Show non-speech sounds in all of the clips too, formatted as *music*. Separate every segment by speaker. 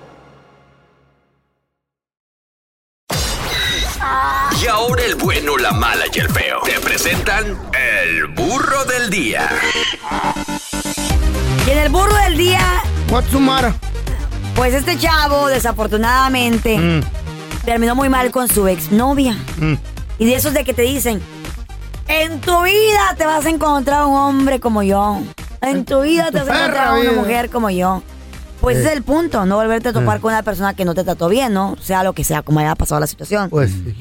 Speaker 1: Y ahora el bueno, la mala y el feo te presentan el burro del día.
Speaker 2: Y en el burro del día,
Speaker 3: What's the matter?
Speaker 2: pues este chavo desafortunadamente
Speaker 3: Mm.
Speaker 2: terminó muy mal con su exnovia. Y de esos de que te dicen, en tu vida te vas a encontrar un hombre como yo. En tu vida te vas a
Speaker 3: perra
Speaker 2: encontrar una
Speaker 3: vida".
Speaker 2: mujer como yo. Pues ese es el punto, no volverte a
Speaker 3: Mm.
Speaker 2: topar con una persona que no te trató bien, ¿no? Sea lo que sea, como haya pasado la situación.
Speaker 3: Pues,
Speaker 4: Mm.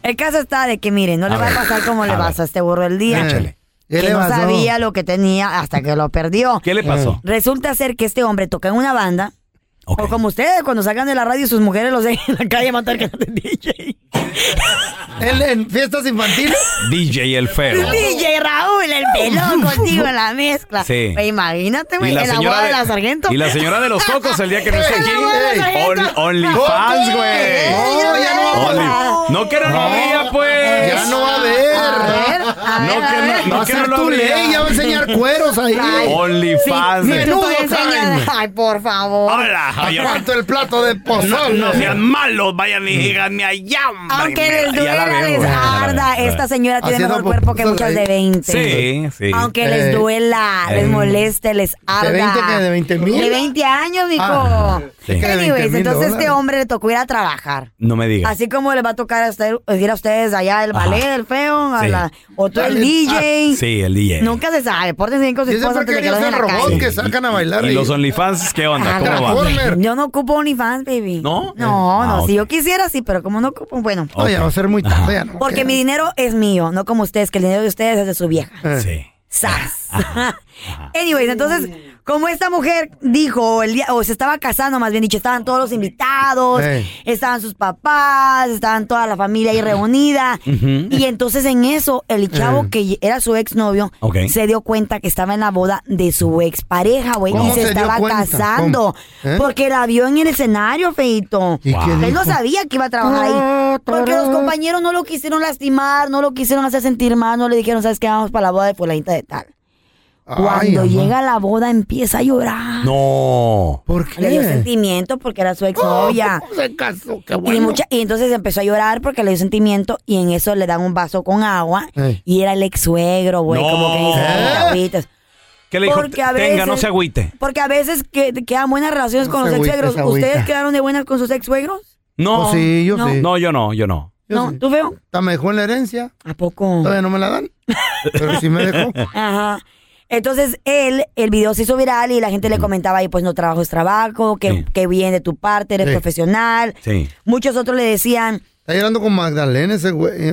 Speaker 2: El caso está de que, miren, no le va a pasar como le
Speaker 5: a
Speaker 2: pasa a este burro el
Speaker 3: Eh,
Speaker 2: día.
Speaker 3: Échale. ¿Qué
Speaker 2: Que
Speaker 3: le
Speaker 2: no
Speaker 3: pasó?
Speaker 2: sabía lo que tenía hasta que lo perdió.
Speaker 5: ¿Qué le pasó?
Speaker 2: Resulta ser que este hombre toca en una banda.
Speaker 5: Ok.
Speaker 2: O como ustedes, cuando salgan de la radio y sus mujeres los dejan en la calle a matar que no te DJ. *laughs*
Speaker 3: ¿En, en fiestas infantiles?
Speaker 2: Mm.
Speaker 5: DJ el feo.
Speaker 2: DJ Raúl, el
Speaker 5: *laughs*
Speaker 2: pelón contigo en la mezcla.
Speaker 5: Sí.
Speaker 2: Pues imagínate, güey, el abogado de la sargento.
Speaker 5: y la señora de los cocos el día que no esté
Speaker 2: *laughs* El
Speaker 5: aquí.
Speaker 2: abogado de la
Speaker 5: On-
Speaker 2: sargento.
Speaker 5: OnlyFans, güey.
Speaker 3: No, ya no va a
Speaker 5: Only-
Speaker 3: pasar.
Speaker 5: No que no lo había, pues.
Speaker 3: Ya no va a
Speaker 2: A
Speaker 3: haber.
Speaker 2: ver, a ver,
Speaker 5: No,
Speaker 2: a
Speaker 5: que
Speaker 2: ver.
Speaker 5: no-
Speaker 3: Va a
Speaker 5: que
Speaker 3: ser
Speaker 5: lo
Speaker 3: tu
Speaker 5: abría.
Speaker 3: ley, ya va a enseñar cueros ahí.
Speaker 2: Ay.
Speaker 5: OnlyFans.
Speaker 2: Sí,
Speaker 5: de-
Speaker 2: tú
Speaker 3: Menudo
Speaker 2: enseñas-
Speaker 3: time.
Speaker 2: Ay, por favor.
Speaker 5: Hola, ay, ay.
Speaker 3: Cuánto el plato de pozol.
Speaker 5: No sean malos, vayan y díganme allá. hombre.
Speaker 2: Aunque
Speaker 5: Ya la
Speaker 2: les duela,
Speaker 5: veo,
Speaker 2: les
Speaker 5: güey, ya la
Speaker 2: arda,
Speaker 5: veo.
Speaker 2: esta señora tiene
Speaker 3: Haciendo
Speaker 2: mejor cuerpo que
Speaker 3: pupusas
Speaker 2: muchas de
Speaker 3: ahí.
Speaker 2: 20.
Speaker 5: Sí, sí.
Speaker 2: Aunque
Speaker 3: Eh.
Speaker 2: les duela,
Speaker 5: Eh.
Speaker 2: les moleste, les arda.
Speaker 3: 20 que de 20 mil?
Speaker 2: De 20 años, mijo.
Speaker 3: Ah,
Speaker 5: sí.
Speaker 3: Que de 20
Speaker 2: Anyways,
Speaker 3: mil
Speaker 2: entonces este
Speaker 3: dólares.
Speaker 2: hombre le tocó ir a trabajar.
Speaker 5: No me digas.
Speaker 2: Así como le va a tocar a usted- eh, ir a ustedes allá el ballet, el feo, a
Speaker 5: Sí.
Speaker 2: la, o tú el
Speaker 3: Dale,
Speaker 2: DJ.
Speaker 5: Sí, el DJ.
Speaker 2: Nunca se sabe. Pórtense bien con su
Speaker 3: Yo
Speaker 2: esposa
Speaker 3: siempre
Speaker 2: antes de que
Speaker 3: quería
Speaker 2: lo den
Speaker 3: ser
Speaker 2: a la
Speaker 3: robot
Speaker 2: calle.
Speaker 3: que sacan a bailar.
Speaker 5: ¿Y
Speaker 3: ahí.
Speaker 5: los OnlyFans qué onda? ¿Cómo va?
Speaker 3: Transformer.
Speaker 2: Yo Ah, no ocupo OnlyFans, baby.
Speaker 5: ¿No?
Speaker 2: No,
Speaker 5: Ah,
Speaker 2: no.
Speaker 5: ok.
Speaker 2: Si yo quisiera, sí, pero como no ocupo, bueno.
Speaker 3: No, ya va a ser muy tarde. ya no.
Speaker 2: Porque
Speaker 3: Ya.
Speaker 2: mi dinero es mío, no como ustedes, que el dinero de ustedes es de su vieja.
Speaker 5: Sí.
Speaker 3: *laughs*
Speaker 2: ¡Sas! Anyways, entonces, como esta mujer dijo, el día, o se estaba casando, más bien dicho, estaban todos los invitados,
Speaker 3: Ey.
Speaker 2: estaban sus papás, estaban toda la familia ahí reunida. Y entonces en eso, el chavo que era su exnovio,
Speaker 5: Ok.
Speaker 2: se dio cuenta que estaba en la boda de su expareja, güey, y
Speaker 3: ¿Cómo
Speaker 2: se,
Speaker 3: se dio
Speaker 2: estaba
Speaker 3: cuenta?
Speaker 2: casando.
Speaker 3: ¿Cómo? ¿Eh?
Speaker 2: Porque la vio en el escenario, feito.
Speaker 3: ¿Y qué
Speaker 2: Él
Speaker 3: dijo?
Speaker 2: no sabía que iba a trabajar ahí. Porque los compañeros no lo quisieron lastimar, no lo quisieron hacer sentir mal, no le dijeron, ¿sabes qué? Vamos para la boda de fulanita de tal.
Speaker 3: Ay,
Speaker 2: Cuando
Speaker 3: mamá.
Speaker 2: llega a la boda empieza a llorar.
Speaker 5: No.
Speaker 3: ¿Por
Speaker 2: Le dio
Speaker 3: qué?
Speaker 2: sentimiento porque era su exnovia.
Speaker 3: Oh, Se casó, qué
Speaker 2: Y,
Speaker 3: bueno.
Speaker 2: mucha- y entonces empezó a llorar porque le dio sentimiento y en eso le dan un vaso con agua
Speaker 3: Ey.
Speaker 2: y era el ex suegro, güey,
Speaker 5: No.
Speaker 2: como que dice, "Ay, te agüitas".
Speaker 5: ¿Qué le dijo?
Speaker 2: Porque a
Speaker 5: Tenga,
Speaker 2: veces-
Speaker 5: no se agüite.
Speaker 2: Porque a veces que, quedan buenas relaciones
Speaker 3: No
Speaker 2: con
Speaker 3: se
Speaker 2: los ex
Speaker 3: agüite,
Speaker 2: suegros.
Speaker 3: se agüita.
Speaker 2: ¿Ustedes quedaron de buenas con sus ex suegros?
Speaker 5: No.
Speaker 3: Pues sí, yo sí.
Speaker 5: No, yo no, yo no.
Speaker 3: Yo
Speaker 2: No,
Speaker 3: sí.
Speaker 2: ¿tú veo?
Speaker 3: Ta- Me dejó en la herencia.
Speaker 2: ¿A poco?
Speaker 3: Todavía no me la dan. Pero sí me dejó.
Speaker 2: Ajá. Entonces él, el video se hizo viral y la gente le comentaba ahí, pues no trabajo es trabajo, que,
Speaker 5: Sí.
Speaker 2: que bien de tu parte, eres
Speaker 3: Sí.
Speaker 2: profesional.
Speaker 5: Sí.
Speaker 2: Muchos otros le decían,
Speaker 3: Está llorando con Magdalena ese güey.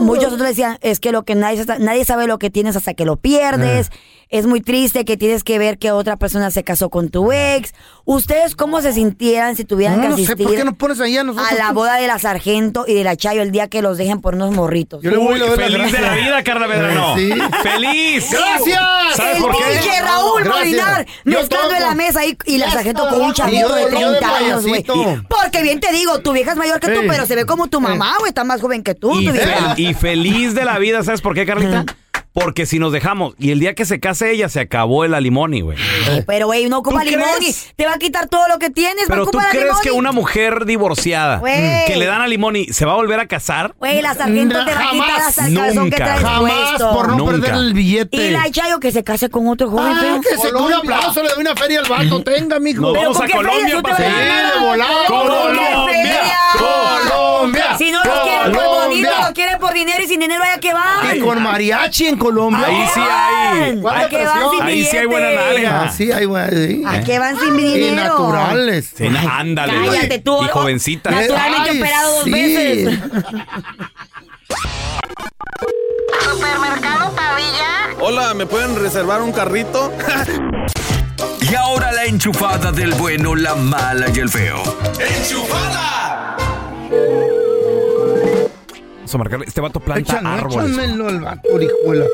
Speaker 2: muchos otros le decían, es que lo que nadie, sa- nadie sabe lo que tienes hasta que lo pierdes.
Speaker 3: Ah.
Speaker 2: Es muy triste que tienes que ver que otra persona se casó con tu ex. ¿Ustedes cómo se sintieran si tuvieran
Speaker 3: Ah. No,
Speaker 2: que
Speaker 3: no sé,
Speaker 2: asistir
Speaker 3: ¿por qué nos pones ahí a nosotros?
Speaker 2: a la boda de la sargento y de la Chayo el día que los dejen por unos morritos?
Speaker 3: Yo le voy
Speaker 5: Uy,
Speaker 3: y le doy las
Speaker 5: feliz de la
Speaker 3: gracias.
Speaker 5: vida, Carla Medrano.
Speaker 3: Pues Sí.
Speaker 5: ¡Feliz!
Speaker 3: ¡Gracias!
Speaker 5: ¿Sabes
Speaker 2: el
Speaker 5: por qué?
Speaker 2: DJ Raúl
Speaker 3: Gracias.
Speaker 2: Molinar
Speaker 3: Yo
Speaker 2: mezclando
Speaker 3: toco.
Speaker 2: en la mesa ahí y la sargento con un
Speaker 3: Yo
Speaker 2: chavito de
Speaker 3: de- yo de
Speaker 2: 30 años, güey.
Speaker 3: payasito.
Speaker 2: Porque bien te digo, tu vieja es mayor que tú,
Speaker 3: Sí.
Speaker 2: pero se ve como tu mamá, güey, está más joven que tú,
Speaker 5: Y,
Speaker 2: tu
Speaker 5: fel-
Speaker 2: vieja.
Speaker 5: y feliz de la vida, ¿sabes por qué, Carlita? Porque si nos dejamos y el día que se case ella, se acabó el alimony, güey.
Speaker 2: Pero, güey, no ocupa
Speaker 5: ¿Tú
Speaker 2: limón y
Speaker 5: crees?
Speaker 2: te va a quitar todo lo que tienes. va a
Speaker 5: Pero tú
Speaker 2: ocupar
Speaker 5: crees
Speaker 2: alimón
Speaker 5: que
Speaker 2: y-
Speaker 5: una mujer divorciada
Speaker 2: Güey.
Speaker 5: que le dan alimony se va a volver a casar?
Speaker 2: Güey, la sargento te va a quitar
Speaker 4: Jamás.
Speaker 2: hasta el calzón que
Speaker 5: Nunca.
Speaker 2: traes
Speaker 4: Jamás
Speaker 2: puesto.
Speaker 4: por no
Speaker 5: Nunca.
Speaker 4: perder el
Speaker 2: Y
Speaker 4: billete.
Speaker 2: la Chayo que se case con otro joven,
Speaker 4: Ah,
Speaker 2: feo.
Speaker 4: que se un aplauso, le doy una feria al
Speaker 2: Mm.
Speaker 4: vato, tenga, mijo.
Speaker 5: Nos
Speaker 2: Pero
Speaker 5: vamos
Speaker 2: ¿con
Speaker 5: a
Speaker 2: qué feria
Speaker 5: Colombia,
Speaker 2: tú te
Speaker 5: papá.
Speaker 2: vas a
Speaker 4: Sí,
Speaker 2: ganar?
Speaker 4: de volada.
Speaker 2: ¿Con qué
Speaker 5: Colombia,
Speaker 2: feria?
Speaker 4: Colombia,
Speaker 2: Si no lo quieren por
Speaker 4: Colombia.
Speaker 2: bonito, lo quieren por dinero y sin dinero, ¿a qué
Speaker 4: Y
Speaker 2: van?
Speaker 4: con mariachi en Colombia.
Speaker 5: Ahí sí hay.
Speaker 2: van? ¿A
Speaker 4: Ay,
Speaker 2: qué van sin
Speaker 5: ahí sí hay
Speaker 2: billete?
Speaker 5: buena nalga.
Speaker 4: Ah, sí, hay, güey. sí.
Speaker 2: ¿A Ah, qué van sin
Speaker 4: Y
Speaker 2: dinero?
Speaker 4: naturales.
Speaker 5: Sí, na- ándale. güey.
Speaker 2: Cállate tú.
Speaker 5: Y
Speaker 2: oh,
Speaker 5: jovencita.
Speaker 2: Naturalmente
Speaker 4: Ay,
Speaker 2: operado dos
Speaker 4: sí.
Speaker 2: veces.
Speaker 6: Supermercado Pavilla.
Speaker 7: Hola, ¿me pueden reservar un carrito?
Speaker 1: Y ahora la enchufada del bueno, la mala y el feo. ¡Enchufada!
Speaker 5: Vamos a marcarle. Este vato planta
Speaker 4: Échame,
Speaker 5: árboles.
Speaker 4: échamelo el vato, hijuela.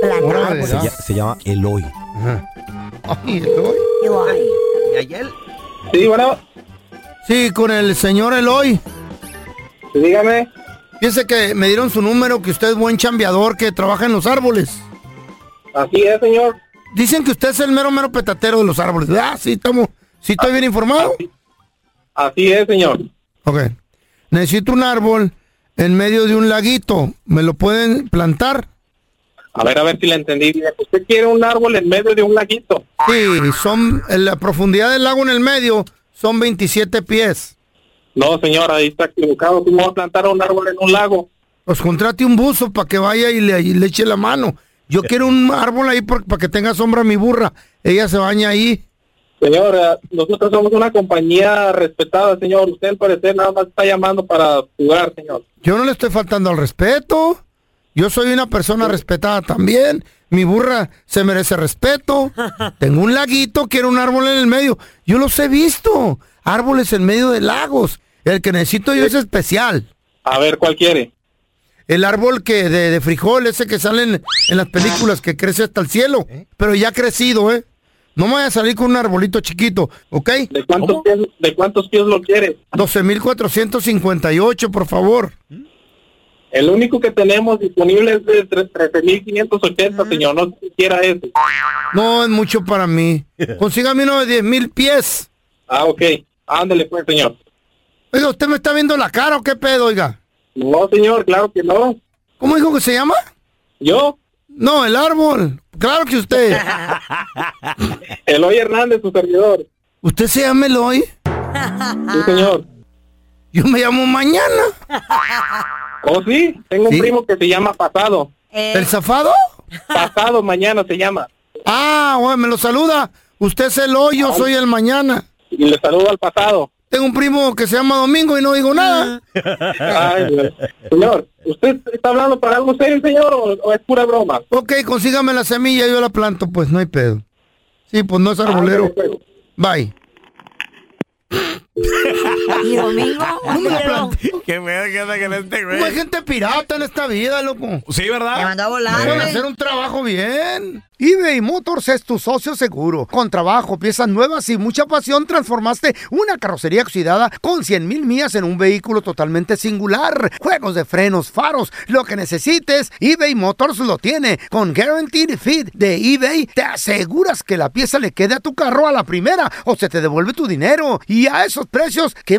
Speaker 2: Plata,
Speaker 4: Órale.
Speaker 2: güey.
Speaker 5: Se, lla- se llama Eloy.
Speaker 4: Ay, Eloy.
Speaker 2: Qué guay.
Speaker 8: Sí, bueno,
Speaker 4: Sí, con el señor Eloy.
Speaker 8: dígame.
Speaker 4: Fíjese que me dieron su número, que usted es buen chambeador, que trabaja en los árboles.
Speaker 8: Así es, señor.
Speaker 4: Dicen que usted es el mero, mero petatero de los árboles. Ah, sí, estamos, sí estoy bien informado.
Speaker 8: Así es, señor.
Speaker 4: Ok. Necesito un árbol en medio de un laguito. ¿Me lo pueden plantar?
Speaker 8: A ver, a ver si le entendí. bien. Usted quiere un árbol en medio de un laguito.
Speaker 4: Sí, son, en la profundidad del lago en el medio son 27 pies.
Speaker 8: No, señor, ahí está equivocado. ¿Cómo va a plantar un árbol en un lago?
Speaker 4: Pues contrate un buzo para que vaya y le, y le eche la mano. Yo quiero un árbol ahí para que tenga sombra mi burra. Ella se baña ahí.
Speaker 8: Señor, eh, nosotros somos una compañía respetada, señor. Usted al parecer nada más está llamando para jugar, señor.
Speaker 4: Yo no le estoy faltando al respeto. Yo soy una persona respetada también. Mi burra se merece respeto. Tengo un laguito, quiero un árbol en el medio. Yo los he visto. Árboles en medio de lagos. El que necesito yo es especial.
Speaker 8: A ver, ¿cuál quiere?
Speaker 4: El árbol que de, de frijol, ese que sale en, en las películas, que crece hasta el cielo. Pero ya ha crecido, ¿eh? No me vaya a salir con un arbolito chiquito, ¿ok?
Speaker 8: ¿De cuántos, pies, ¿De cuántos pies lo quiere?
Speaker 4: 12.458, por favor.
Speaker 8: El único que tenemos disponible es de tre- 13,580, señor. No sé si quiera ese.
Speaker 4: No es mucho para mí. Consígame uno de 10.000 pies.
Speaker 8: Ah, ok. Ándale, pues, señor.
Speaker 4: Oiga, ¿usted me está viendo la cara o qué pedo, oiga?
Speaker 8: No, señor, claro que no.
Speaker 4: ¿Cómo dijo que se llama?
Speaker 8: Yo,
Speaker 4: No, el árbol. Claro que usted.
Speaker 8: Eloy Hernández, su servidor.
Speaker 4: ¿Usted se llama Eloy?
Speaker 8: Sí, señor.
Speaker 4: Yo me llamo Mañana.
Speaker 8: Oh, sí, tengo un
Speaker 4: Sí.
Speaker 8: primo que se llama Pasado.
Speaker 2: Eh,
Speaker 4: *laughs* ¿El zafado?
Speaker 8: Pasado mañana se llama.
Speaker 4: Ah, bueno, me lo saluda. Usted es Eloy, yo soy el Mañana.
Speaker 8: Y le saludo al pasado.
Speaker 4: Tengo un primo que se llama Domingo y no digo nada.
Speaker 5: Ah.
Speaker 8: Ay, Dios. señor, ¿usted está hablando para algo serio, señor, o, o es pura broma?
Speaker 4: Ok, consígame la semilla, yo la planto, pues no hay pedo. Sí, pues no es arbolero.
Speaker 8: Ándale, pues.
Speaker 4: Bye.
Speaker 2: ¿Y domingo?
Speaker 4: me la
Speaker 2: Pero-
Speaker 4: planté.
Speaker 5: *laughs* Qué miedo que anda con este
Speaker 4: Güey, *laughs* Hay gente pirata en esta vida, loco.
Speaker 5: Sí,
Speaker 2: Me
Speaker 5: ¿verdad?
Speaker 2: mandó a volar,
Speaker 4: Pueden
Speaker 2: güey.
Speaker 4: hacer un trabajo bien. eBay Motors es tu socio seguro. Con trabajo, piezas nuevas y mucha pasión, transformaste una carrocería oxidada con 100 mil millas en un vehículo totalmente singular. Juegos de frenos, faros, lo que necesites, eBay Motors lo tiene. Con Guaranteed Fit de eBay, te aseguras que la pieza le quede a tu carro a la primera o se te devuelve tu dinero. Y a esos precios, ¿qué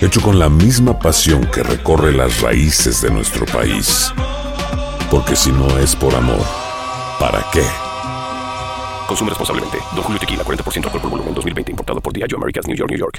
Speaker 9: hecho con la misma pasión que recorre las raíces de nuestro país. Porque si no es por amor, ¿para qué?
Speaker 1: Consume responsablemente. Don Julio Tequila, 40% alcohol por volumen, 2020. Importado por Diageo Americas, New York, New York.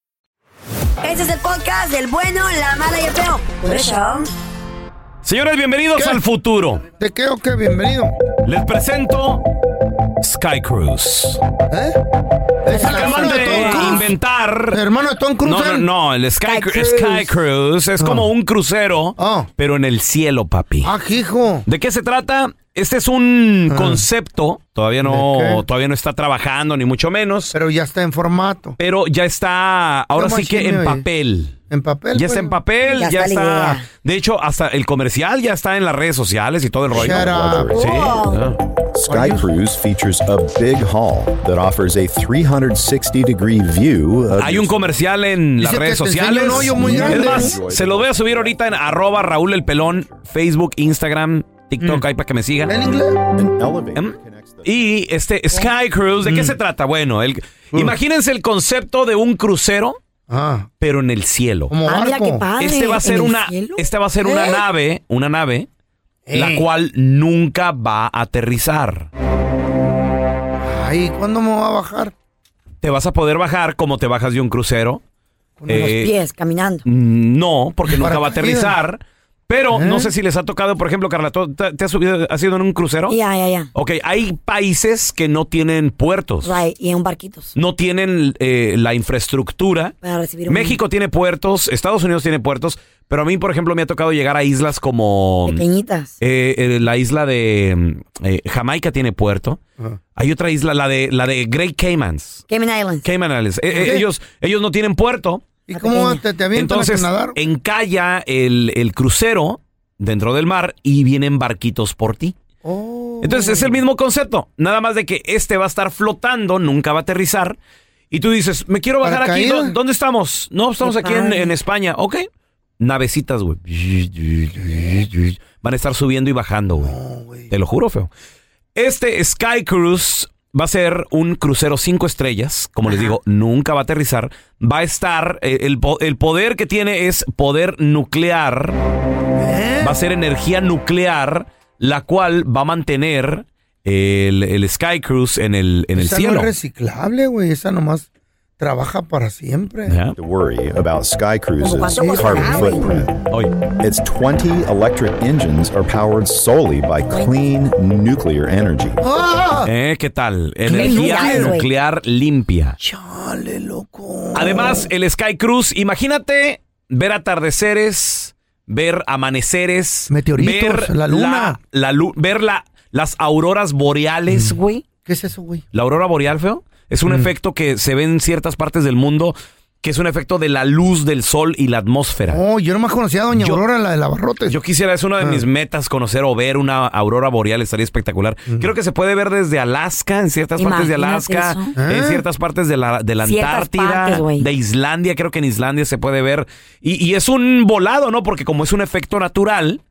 Speaker 2: Este es el podcast del bueno, la mala y el feo. Por eso.
Speaker 5: Señores, bienvenidos al futuro.
Speaker 3: ¿De qué o qué? Bienvenido.
Speaker 5: Les presento Sky Cruise.
Speaker 3: ¿Eh? Es el hermano de Tom
Speaker 5: de
Speaker 3: Cruise.
Speaker 5: inventar.
Speaker 3: ¿El hermano de Tom Cruise? ¿eh?
Speaker 5: No, no,
Speaker 3: él?
Speaker 5: no, el Sky,
Speaker 2: Sky
Speaker 5: Cru-
Speaker 2: Cruise.
Speaker 5: Sky Cruise es como un crucero,
Speaker 3: Ah.
Speaker 5: pero en el cielo, papi.
Speaker 3: Ah, hijo.
Speaker 5: ¿De qué se trata? Este es un concepto, todavía
Speaker 3: ¿De
Speaker 5: no,
Speaker 3: qué?
Speaker 5: todavía no está trabajando, ni mucho menos,
Speaker 3: Pero ya está en formato.
Speaker 5: pero ya está, ahora
Speaker 3: ¿Cómo
Speaker 5: sí que
Speaker 3: así,
Speaker 5: en
Speaker 3: oye?
Speaker 5: papel.
Speaker 3: En papel.
Speaker 5: Ya
Speaker 3: pues.
Speaker 5: está en papel, ya,
Speaker 2: Ya está la
Speaker 5: está.
Speaker 2: idea.
Speaker 5: De hecho, hasta el comercial ya está en las redes sociales y todo el rollo.
Speaker 3: Shut up.
Speaker 5: Sí.
Speaker 2: Wow.
Speaker 10: Sky Cruise features a big hall that offers a 360 degree view of
Speaker 5: Hay un comercial en las
Speaker 3: Dice
Speaker 5: redes
Speaker 3: que te
Speaker 5: sociales.
Speaker 3: enseña un hoyo muy grande.
Speaker 5: Es más, se lo voy a subir ahorita en arroba Raúl El Pelón, Facebook, Instagram,
Speaker 3: Mm.
Speaker 5: TikTok, ahí para que me sigan.
Speaker 3: ¿En inglés?
Speaker 10: an elevator
Speaker 5: Em,
Speaker 10: connects the
Speaker 5: Y este Sky Cruise,
Speaker 3: Mm.
Speaker 5: ¿de qué se trata? Bueno, el, imagínense el concepto de un crucero,
Speaker 3: Ah,
Speaker 5: pero en el cielo.
Speaker 3: como
Speaker 2: Ah, mira qué
Speaker 3: barco.
Speaker 2: padre.
Speaker 5: Este va a ser
Speaker 2: ¿En el
Speaker 5: una,
Speaker 2: cielo?
Speaker 5: este va a ser
Speaker 2: Eh,
Speaker 5: una nave, una nave, la
Speaker 3: Eh.
Speaker 5: cual nunca va a aterrizar.
Speaker 3: Ay, ¿cuándo me voy a bajar?
Speaker 5: te vas a poder bajar como te bajas de un crucero.
Speaker 2: Los
Speaker 5: Eh,
Speaker 2: pies caminando.
Speaker 5: Mm, no, porque nunca va a
Speaker 3: Paracaídas.
Speaker 5: aterrizar. Pero
Speaker 3: ¿Eh?
Speaker 5: no sé si les ha tocado, por ejemplo, Carla, ¿tú- ¿te, te has subido, has ido en un crucero?
Speaker 2: Ya, ya, ya.
Speaker 5: Ok, hay países que no tienen puertos,
Speaker 2: Right, y en barquitos.
Speaker 5: no tienen eh, la infraestructura.
Speaker 2: Para recibir un.
Speaker 5: México tiene puertos, Estados Unidos tiene puertos, pero a mí, por ejemplo, me ha tocado llegar a islas como
Speaker 2: Pequeñitas.
Speaker 5: eh, eh, la isla de mm, eh, Jamaica tiene puerto. Hay otra isla, la de la de Great Caymans.
Speaker 2: Cayman Islands.
Speaker 5: Cayman Islands. Eh, eh,
Speaker 3: ¿Qué?
Speaker 5: ellos, ellos no tienen puerto.
Speaker 3: ¿Y
Speaker 2: La
Speaker 3: cómo
Speaker 2: pequeña.
Speaker 3: te, te avientan
Speaker 5: Entonces eh,
Speaker 3: a nadar?
Speaker 5: encalla el, el crucero dentro del mar y vienen barquitos por ti.
Speaker 3: Oh.
Speaker 5: Entonces es el mismo concepto, nada más de que este va a estar flotando, nunca va a aterrizar. Y tú dices, me quiero bajar aquí. ¿dó-
Speaker 3: Paracaídas.
Speaker 5: ¿Dónde estamos? No, estamos
Speaker 2: Qué
Speaker 5: aquí en,
Speaker 2: padre.
Speaker 5: en España. Ok. Navecitas, güey. Van a estar subiendo y bajando, güey. Te lo juro, feo. Este Sky Cruise va a ser un crucero cinco estrellas. Como les digo, nunca va a aterrizar. Va a estar. eh, El, po- el poder que tiene es poder nuclear.
Speaker 3: ¿Eh?
Speaker 5: Va a ser energía nuclear, la cual va a mantener el, el Sky Cruise en el, en el
Speaker 3: Esa
Speaker 5: cielo.
Speaker 3: no es reciclable, güey. Pues Esa nomás trabaja para siempre.
Speaker 5: Ajá.
Speaker 10: to worry about Sky Cruise's
Speaker 2: cuánto costará,
Speaker 10: carbon
Speaker 2: güey?
Speaker 10: footprint.
Speaker 5: Oye,
Speaker 10: Its 20 electric engines are powered solely by clean nuclear energy.
Speaker 3: ¡Ah!
Speaker 5: eh, ¿qué
Speaker 2: *laughs*
Speaker 5: tal? Energía
Speaker 2: nuclear, güey.
Speaker 5: nuclear limpia.
Speaker 3: Chale, loco.
Speaker 5: Además, el Sky Cruise, imagínate ver atardeceres, ver amaneceres,
Speaker 3: Meteoritos,
Speaker 5: ver
Speaker 3: la luna.
Speaker 5: la- la lu- ver la- las auroras
Speaker 2: Mm.
Speaker 5: boreales, güey.
Speaker 3: ¿Qué es eso, güey?
Speaker 5: La aurora boreal, feo, es un efecto que se ve en ciertas partes del mundo, que es un efecto de la luz del sol y la atmósfera.
Speaker 3: Oh, yo nomás conocía a Doña
Speaker 5: Yo-
Speaker 3: Aurora, la de la barrote.
Speaker 5: Yo quisiera, es una
Speaker 3: Ah.
Speaker 5: de mis metas conocer o ver una aurora boreal, estaría espectacular. Creo que se puede ver desde Alaska, en ciertas partes de
Speaker 2: Imagínate
Speaker 5: Alaska,
Speaker 3: eso.
Speaker 5: en
Speaker 3: ¿Eh?
Speaker 5: ciertas partes de la, de la
Speaker 2: Ciertas
Speaker 5: Antártida,
Speaker 2: partes, güey.
Speaker 5: de Islandia, creo que en Islandia se puede ver. Y, y es un volado, ¿no? Porque como es un efecto natural,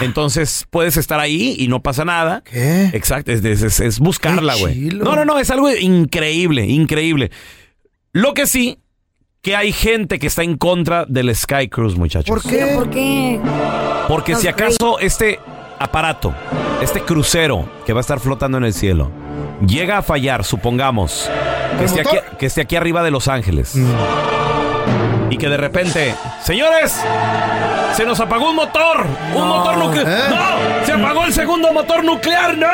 Speaker 5: entonces puedes estar ahí y no pasa nada.
Speaker 3: Ah. ¿Qué?
Speaker 5: Exacto, es, es- es- es buscarla,
Speaker 3: Qué
Speaker 5: güey.
Speaker 3: chilo.
Speaker 5: No, no, no, es algo increíble, increíble. Lo que sí, que hay gente que está en contra del Sky Cruise, muchachos.
Speaker 3: ¿Por
Speaker 2: Pero
Speaker 3: qué?
Speaker 2: ¿por qué?
Speaker 5: Porque si acaso este aparato, este crucero que va a estar flotando en el cielo, llega a fallar, supongamos, que,
Speaker 3: ¿El
Speaker 5: esté aquí,
Speaker 3: motor? Mm.
Speaker 5: que esté aquí arriba de Los Ángeles. Y que de repente, señores, se nos apagó un motor, un motor nuclear.
Speaker 3: ¿eh?
Speaker 5: ¡No! ¡Se apagó el segundo motor nuclear! ¡No!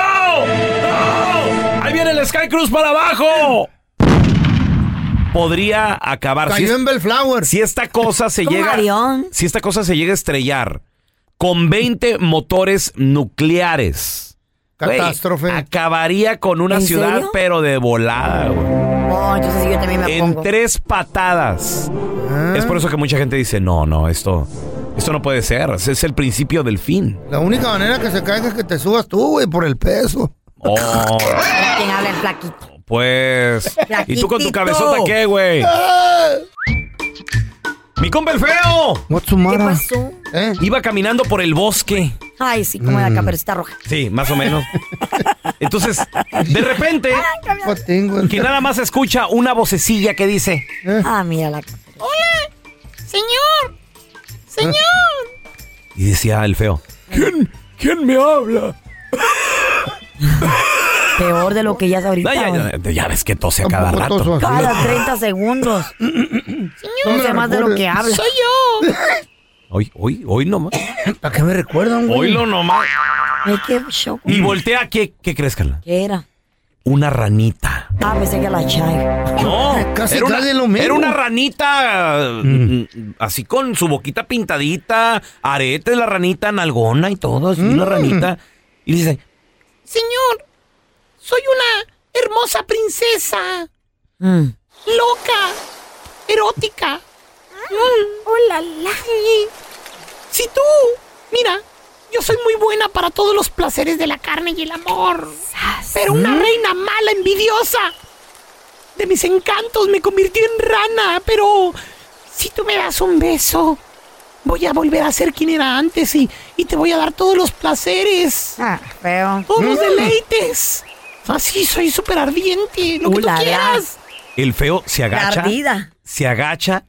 Speaker 5: ¡No! ¡Ahí viene el Sky Cruise para abajo! Podría acabar. Si es-
Speaker 3: Cayó en Bellflower.
Speaker 5: si esta cosa se
Speaker 2: Como
Speaker 5: llega.
Speaker 2: avión.
Speaker 5: Si esta cosa se llega a estrellar con 20 motores nucleares. güey,
Speaker 3: Catástrofe.
Speaker 5: acabaría con una
Speaker 2: ¿En
Speaker 5: ciudad,
Speaker 2: serio?
Speaker 5: pero de volada, güey.
Speaker 2: Oh, entonces sí, yo también me
Speaker 5: En
Speaker 2: pongo.
Speaker 5: tres patadas.
Speaker 3: Ah,
Speaker 5: Es por eso que mucha gente dice: no, no, esto, esto no puede ser. Ese Es el principio del fin.
Speaker 3: La única manera que se caiga es que te subas tú, güey, por el peso.
Speaker 5: Oh,
Speaker 2: ¿Quién habla el flaquito?
Speaker 5: pues. ¿Y tú con tu
Speaker 2: Flaquitito.
Speaker 5: cabezota qué, güey?
Speaker 3: Ah.
Speaker 5: Mi compa el feo
Speaker 3: What's the
Speaker 2: ¿Qué
Speaker 3: matter?
Speaker 2: pasó?
Speaker 3: ¿Eh?
Speaker 5: iba caminando por el bosque.
Speaker 2: Ay, sí, como
Speaker 3: Mm.
Speaker 2: la caperucita roja.
Speaker 5: Sí, más o menos. Entonces, de repente,
Speaker 3: What tengo?
Speaker 5: que nada más escucha una vocecilla que dice,
Speaker 3: Eh.
Speaker 2: Ah, mira la.
Speaker 5: y decía el feo, ¿quién, quién me habla?
Speaker 2: Peor de lo que ya es ahorita.
Speaker 5: Ah, ya,
Speaker 2: güey.
Speaker 5: ya- ya ves que tose a cada rato.
Speaker 2: Cada 30 segundos. No sé más de lo que habla.
Speaker 5: Soy Hoy, hoy, hoy nomás.
Speaker 3: ¿Para qué me recuerdan, güey?
Speaker 5: Hoy lo nomás.
Speaker 2: Ay, qué shock.
Speaker 5: Y voltea, ¿qué, qué crees, Carla?
Speaker 2: ¿Qué era?
Speaker 5: Una ranita.
Speaker 2: Ah, pensé que la chai.
Speaker 5: No,
Speaker 3: Casi,
Speaker 5: era, una,
Speaker 3: casi lo mismo.
Speaker 5: era una ranita mm, así con su boquita pintadita, aretes la ranita, nalgona y todo, así
Speaker 3: Mm.
Speaker 5: una ranita. Y le dice, señor, soy una hermosa princesa,
Speaker 2: Mm.
Speaker 5: loca, erótica. Hola, Si tú, mira, yo soy muy buena para todos los placeres de la carne y el amor. Pero una
Speaker 2: ¿Mm?
Speaker 5: reina mala, envidiosa, de mis encantos me convirtió en rana. Pero si tú me das un beso, voy a volver a ser quien era antes y, y te voy a dar todos los placeres,
Speaker 2: Ah, feo.
Speaker 5: todos los deleites. Así soy súper ardiente, lo que tú
Speaker 2: Ulala.
Speaker 5: quieras. El feo se
Speaker 2: La ardida.
Speaker 5: se agacha,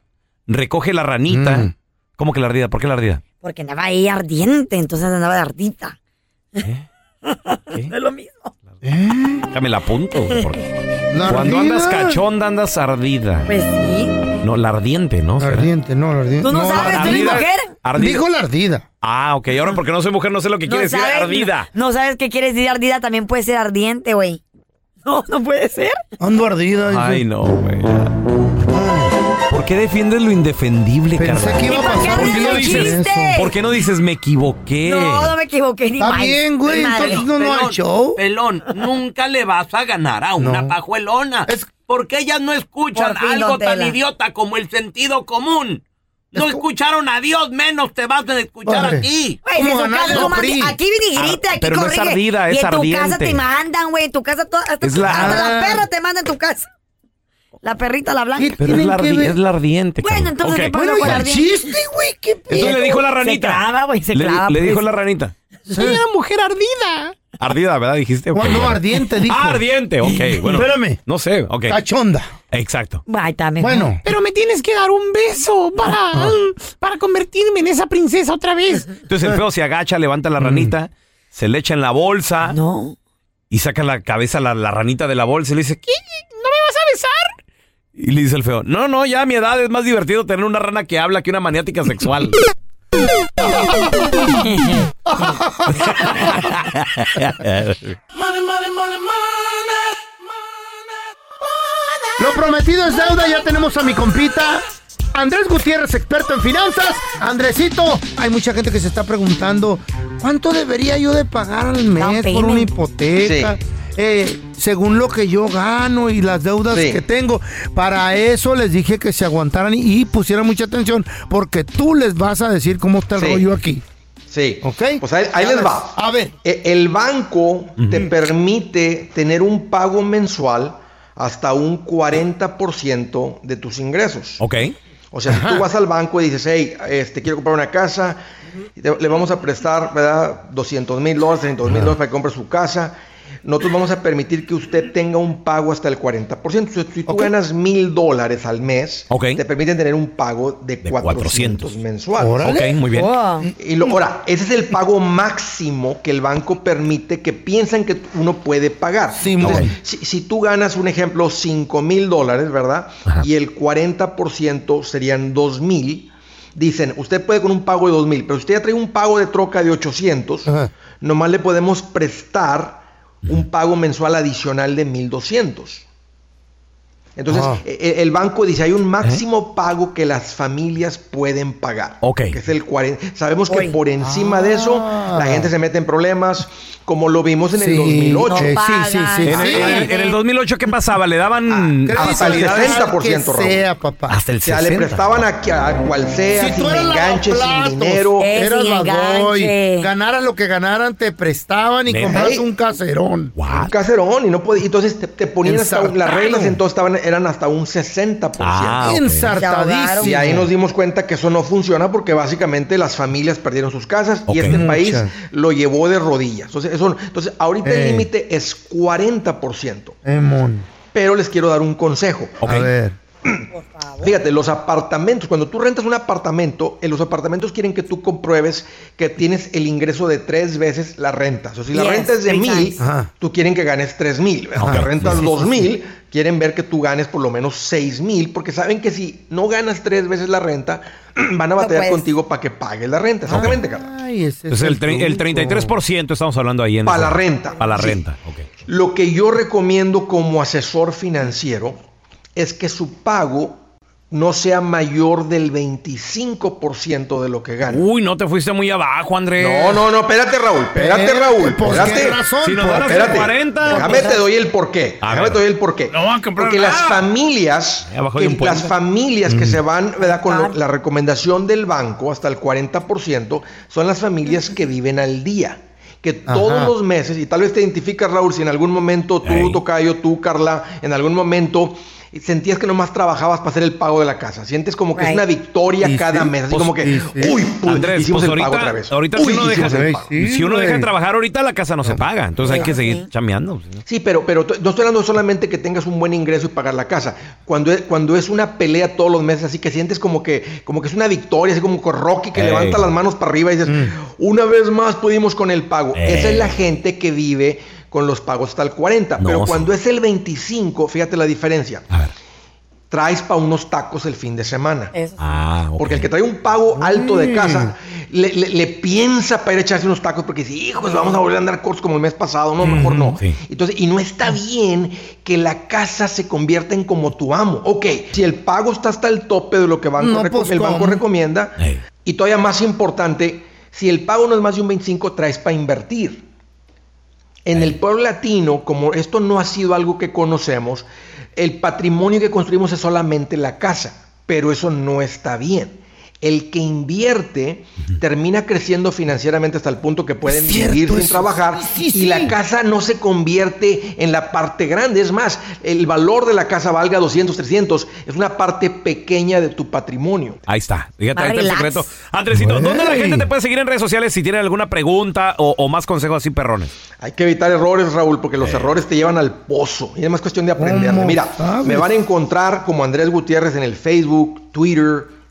Speaker 5: recoge la ranita.
Speaker 3: Mm.
Speaker 5: ¿Cómo que la ardida? ¿Por qué la ardida?
Speaker 2: Porque andaba ahí ardiente, entonces andaba de ardita. *laughs* Es lo mismo.
Speaker 5: Déjame ¿Eh? la apunto. güey,
Speaker 2: *laughs*
Speaker 5: porque
Speaker 3: La
Speaker 5: Cuando
Speaker 3: ardida.
Speaker 5: andas cachonda, andas ardida.
Speaker 2: Pues sí.
Speaker 5: No, la ardiente, ¿no?
Speaker 3: La
Speaker 5: ¿Será?
Speaker 3: ardiente, no, la ardiente.
Speaker 2: Tú no sabes, tú eres
Speaker 5: Ardida.
Speaker 2: mujer.
Speaker 5: Ardida.
Speaker 3: Dijo la ardida.
Speaker 5: Ah, ok. Ahora porque no soy mujer, no sé lo que quiere decir
Speaker 2: sabes-
Speaker 5: ardida.
Speaker 2: No, sabes qué quiere decir ardida, también puede ser ardiente, güey. *laughs* No, no puede ser.
Speaker 3: Ando ardida. dice.
Speaker 5: Ay, no, güey. ¿Por qué defiendes lo indefendible,
Speaker 3: Pensé
Speaker 5: Carla?
Speaker 3: que iba a
Speaker 2: ¿Por qué
Speaker 3: pasar.
Speaker 5: ¿Por
Speaker 2: ardiente
Speaker 5: qué no
Speaker 2: no
Speaker 5: dices?
Speaker 2: chiste?
Speaker 5: ¿Por qué no dices me equivoqué?
Speaker 2: No, no me equivoqué ni
Speaker 3: Está
Speaker 2: más.
Speaker 3: bien, güey, entonces no- hay show.
Speaker 5: Pelón, nunca le vas a ganar a una
Speaker 3: No.
Speaker 5: pajuelona.
Speaker 3: Es-
Speaker 5: Porque ellas no escuchan
Speaker 2: Por fin, don Tela.
Speaker 5: idiota como el sentido común. No escucharon a Dios, menos te vas a escuchar
Speaker 3: Padre.
Speaker 5: ti.
Speaker 2: Güey,
Speaker 3: ¿Cómo
Speaker 2: de su
Speaker 3: ganar
Speaker 2: casa,
Speaker 3: del
Speaker 2: ¿cómo
Speaker 3: PRI?
Speaker 2: ande- Aquí viene y grita,
Speaker 5: Ah,
Speaker 2: aquí
Speaker 5: pero no es
Speaker 2: corrige.
Speaker 5: ardida, es
Speaker 2: y en
Speaker 5: ardiente.
Speaker 2: tu casa te mandan, güey. En tu casa toda, hasta,
Speaker 5: Es la- Ah.
Speaker 2: hasta la perra te manda en tu casa. La perrita, la blanca.
Speaker 5: Pero es la,
Speaker 3: Tienen que
Speaker 5: ardi-
Speaker 3: ver-
Speaker 5: es la ardiente.
Speaker 2: Bueno,
Speaker 5: cabrón.
Speaker 2: entonces,
Speaker 5: Ok.
Speaker 2: ¿qué pasa?
Speaker 3: Bueno,
Speaker 2: con
Speaker 3: y
Speaker 2: la
Speaker 3: el
Speaker 2: ardilla.
Speaker 3: chiste, güey, qué pedo.
Speaker 5: Entonces le dijo la
Speaker 2: Eh, Se
Speaker 5: ranita.
Speaker 2: clava, güey, se
Speaker 5: le,
Speaker 2: clava,
Speaker 5: le
Speaker 2: pues.
Speaker 5: dijo la ranita. Soy una mujer ardida. Ardida, ¿verdad? Dijiste. Ok,
Speaker 3: Cuando
Speaker 5: ya.
Speaker 3: ardiente, dijo.
Speaker 5: Ah, ardiente, ok. Bueno,
Speaker 3: Espérame.
Speaker 5: No sé, ok.
Speaker 3: Cachonda.
Speaker 5: Exacto.
Speaker 2: Ay, está mejor.
Speaker 3: Bueno.
Speaker 5: Pero me tienes que dar un beso para, para convertirme en esa princesa otra vez. Mm. Entonces el feo se agacha, levanta la ranita, se le echa en la bolsa
Speaker 2: No.
Speaker 5: y saca la cabeza, la, la ranita de la bolsa y le dice, ¿qué? ¿No me vas a besar? Y le dice el feo, no, no, ya a mi edad es más divertido tener una rana que habla que una maniática *laughs* sexual.
Speaker 3: Lo prometido es deuda, ya tenemos a mi compita. Andrés Gutiérrez, experto en finanzas. Andresito, hay mucha gente que se está preguntando, ¿cuánto debería yo de pagar al mes por una
Speaker 2: payment.
Speaker 3: hipoteca? Eh, según lo que yo gano y las deudas que tengo. Para eso les dije que se aguantaran y, y pusieran mucha atención, porque tú les vas a decir cómo está el
Speaker 4: Sí.
Speaker 3: rollo aquí.
Speaker 4: Sí.
Speaker 3: ¿Ok?
Speaker 4: Pues ahí, ahí
Speaker 3: A
Speaker 4: les
Speaker 3: ver,
Speaker 4: va.
Speaker 3: a ver.
Speaker 4: E- El banco te permite tener un pago mensual hasta un 40% de tus ingresos.
Speaker 5: ok.
Speaker 4: O sea, si tú vas al banco y dices, hey, este, quiero comprar una casa, y te- le vamos a prestar, ¿verdad? 200 mil dólares, 300 mil dólares para que compre su casa. Nosotros vamos a permitir que usted tenga un pago hasta el 40%. Si, si tú
Speaker 3: Ok.
Speaker 4: ganas mil dólares al mes,
Speaker 5: Ok.
Speaker 4: te permiten tener un pago de,
Speaker 5: De
Speaker 4: 400,
Speaker 5: 400.
Speaker 4: mensual.
Speaker 5: Ok, muy
Speaker 11: Oh,
Speaker 5: bien.
Speaker 2: Wow.
Speaker 4: Y lo, ahora, ese es el pago máximo que el banco permite que piensan que uno puede pagar. Entonces,
Speaker 3: ok.
Speaker 4: si, si tú ganas, un ejemplo, 5 mil dólares, ¿verdad? Y el 40% serían 2 mil. Dicen, usted puede con un pago de 2 mil, pero si usted ya trae un pago de troca de 800,
Speaker 3: Ajá.
Speaker 4: nomás le podemos prestar un pago mensual adicional de 1200. Entonces,
Speaker 3: Ah.
Speaker 4: e- e- el banco dice, hay un máximo pago que las familias pueden pagar.
Speaker 5: Ok.
Speaker 4: Que es el 40. Sabemos que
Speaker 2: Uy.
Speaker 4: por encima de eso,
Speaker 3: Ah.
Speaker 4: la gente se mete en problemas, como lo vimos en
Speaker 3: Sí,
Speaker 4: el 2008.
Speaker 3: eh, sí, sí,
Speaker 2: pagan.
Speaker 3: sí,
Speaker 5: En,
Speaker 3: sí.
Speaker 5: el, en- en el 2008, ¿qué pasaba? ¿Le daban
Speaker 3: Crédito
Speaker 4: hasta
Speaker 5: hasta,
Speaker 4: el
Speaker 5: el,
Speaker 3: al
Speaker 4: dejar 60%,
Speaker 3: que
Speaker 4: Raúl.
Speaker 3: sea, papá.
Speaker 5: hasta el
Speaker 4: O sea,
Speaker 5: 60?
Speaker 4: le prestaban a, que- a cual sea,
Speaker 3: Si tú
Speaker 4: sin
Speaker 3: eras
Speaker 4: enganches,
Speaker 3: lavaplatos,
Speaker 4: sin dinero.
Speaker 2: Eh,
Speaker 3: eras
Speaker 2: sin
Speaker 3: lavadoy,
Speaker 2: enganche.
Speaker 3: Ganaras lo que ganaran, te prestaban y
Speaker 5: ¿Neta?
Speaker 3: comprabas un caserón.
Speaker 4: un
Speaker 5: What?
Speaker 4: caserón y no podía, entonces te, te ponían hasta un- las
Speaker 3: Ensartado.
Speaker 4: reglas entonces estaban eran hasta un 60%.
Speaker 5: Ah, ok. Ah,
Speaker 3: Ensartadísimo.
Speaker 4: Y ahí nos dimos cuenta que eso no funciona porque básicamente las familias perdieron sus casas
Speaker 5: Ok.
Speaker 4: y este
Speaker 3: Muchas.
Speaker 4: país lo llevó de rodillas. Entonces, eso, entonces ahorita
Speaker 3: Ey.
Speaker 4: el límite es 40%.
Speaker 3: Eh, mon.
Speaker 4: Pero les quiero dar un consejo.
Speaker 5: Ok.
Speaker 3: A ver. favor.
Speaker 4: Fíjate, los apartamentos, cuando tú rentas un apartamento, en los apartamentos quieren que tú compruebes que tienes el ingreso de tres veces la renta. O sea, si la
Speaker 12: Yes,
Speaker 4: renta es de
Speaker 12: three
Speaker 4: mil,
Speaker 12: times. Ajá.
Speaker 4: tú quieren que ganes tres mil. Si
Speaker 12: Ok.
Speaker 4: la renta
Speaker 12: Sí,
Speaker 4: es
Speaker 12: sí,
Speaker 4: dos
Speaker 12: sí,
Speaker 4: mil,
Speaker 12: sí.
Speaker 4: quieren ver que tú ganes por lo menos seis mil, porque saben que si no ganas tres veces la renta, *clears throat* van a batallar
Speaker 3: puedes.
Speaker 4: contigo para que pagues la renta. Exactamente, Carla.
Speaker 3: Ay, ese
Speaker 5: Entonces,
Speaker 3: es
Speaker 5: el, tre- el 33% estamos hablando ahí en...
Speaker 4: Pa' la renta.
Speaker 5: Para la
Speaker 4: Sí.
Speaker 5: renta, ok.
Speaker 4: Lo que yo recomiendo como asesor financiero es que su pago no sea mayor del 25% de lo que gana. Eh.
Speaker 5: Uy, no te fuiste muy abajo, Andrés.
Speaker 4: No, no, no, espérate, Raúl, espérate,
Speaker 5: Eh,
Speaker 4: Raúl.
Speaker 5: pues, ¿qué
Speaker 4: espérate.
Speaker 5: razón? Si nos
Speaker 4: Pues,
Speaker 5: van a hacer 40,
Speaker 4: Déjame
Speaker 5: pues,
Speaker 4: te doy el porqué.
Speaker 5: A
Speaker 4: Déjame
Speaker 5: ver.
Speaker 4: te doy el porqué. Porque las familias,
Speaker 5: Ya bajó
Speaker 4: que-
Speaker 5: de un
Speaker 4: las
Speaker 5: puente.
Speaker 4: familias que se van ¿verdad? con lo- la recomendación del banco hasta el 40% son las familias que viven al día. Que todos
Speaker 12: Ajá.
Speaker 4: los meses, y tal vez te identificas, Raúl, si en algún momento tú, Tocayo, tú, Carla, en algún momento sentías que nomás trabajabas para hacer el pago de la casa. Sientes como que es
Speaker 12: Right.
Speaker 4: una victoria
Speaker 12: Y
Speaker 4: cada
Speaker 12: sí,
Speaker 4: mes. Así
Speaker 12: pues,
Speaker 4: como que,
Speaker 12: y sí.
Speaker 4: uy, pum,
Speaker 5: Andrés,
Speaker 4: hicimos
Speaker 5: pues
Speaker 4: el
Speaker 5: ahorita,
Speaker 4: pago otra vez.
Speaker 5: ahorita
Speaker 4: Uy,
Speaker 5: si uno, deja,
Speaker 4: hicimos el pago.
Speaker 5: si uno deja de trabajar ahorita la casa no se paga, entonces hay que
Speaker 4: Sí.
Speaker 5: seguir chambeando. pues, ¿no?
Speaker 4: Sí, pero, pero t- no estoy hablando solamente que tengas un buen ingreso y pagar la casa. Cuando es, cuando es una pelea todos los meses, así que sientes como que, como que es una victoria, así como con Rocky que
Speaker 12: Ey.
Speaker 4: levanta las manos para arriba y dices, una vez más pudimos con el pago. Esa es la gente que vive con los pagos hasta el 40.
Speaker 12: No,
Speaker 4: pero
Speaker 12: sí.
Speaker 4: cuando es el 25, fíjate la diferencia. Traes para unos tacos el fin de semana.
Speaker 5: Ah, ok.
Speaker 4: Porque el que trae un pago alto
Speaker 12: Mm.
Speaker 4: de casa le, le- le piensa para ir a echarse unos tacos porque dice, hijo, pues vamos a volver a andar cortos como el mes pasado, no, mejor
Speaker 12: Mm,
Speaker 4: no. Entonces, y no está bien que la casa se convierta en como tu amo. Ok, si el pago está hasta el tope de lo que banco
Speaker 12: No,
Speaker 4: reco-
Speaker 12: pues,
Speaker 4: el banco
Speaker 12: ¿cómo?
Speaker 4: recomienda, y todavía más importante, si el pago no es más de un 25, traes para invertir. En el pueblo latino, como esto no ha sido algo que conocemos, el patrimonio que construimos es solamente la casa, pero eso no está bien. El que invierte termina creciendo financieramente hasta el punto que pueden vivir sin trabajar y la casa no se convierte en la parte grande. Es más, el valor de la casa valga 200, 300, es una parte pequeña de tu patrimonio.
Speaker 5: Ahí está, fíjate,
Speaker 4: Más
Speaker 5: ahí está el
Speaker 4: relax.
Speaker 5: secreto. Andresito, ¿dónde la
Speaker 4: Güey.
Speaker 5: gente te puede seguir en redes sociales si tienen alguna pregunta o, o más consejos así perrones?
Speaker 4: Hay que evitar errores, Raúl, porque los errores te llevan al pozo. Y es más cuestión de aprender.
Speaker 5: ¿Cómo
Speaker 4: Mira,
Speaker 5: sabes?
Speaker 4: me van a encontrar como Andrés Gutiérrez en el Facebook, Twitter,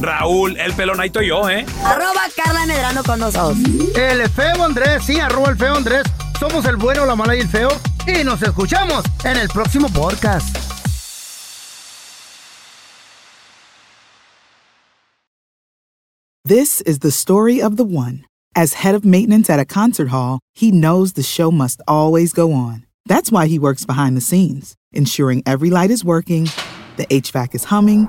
Speaker 5: Raúl el Pelón, ahí estoy yo, ¿eh?
Speaker 2: Arroba Carla Medrano con nosotros.
Speaker 3: El feo Andrés, sí, arroba el feo Andrés. Somos el bueno, la mala y el feo. Y nos escuchamos en el próximo podcast.
Speaker 13: This is the story of the one. As head of maintenance at a concert hall, he knows the show must always go on. That's why he works behind the scenes, ensuring every light is working, the HVAC is humming,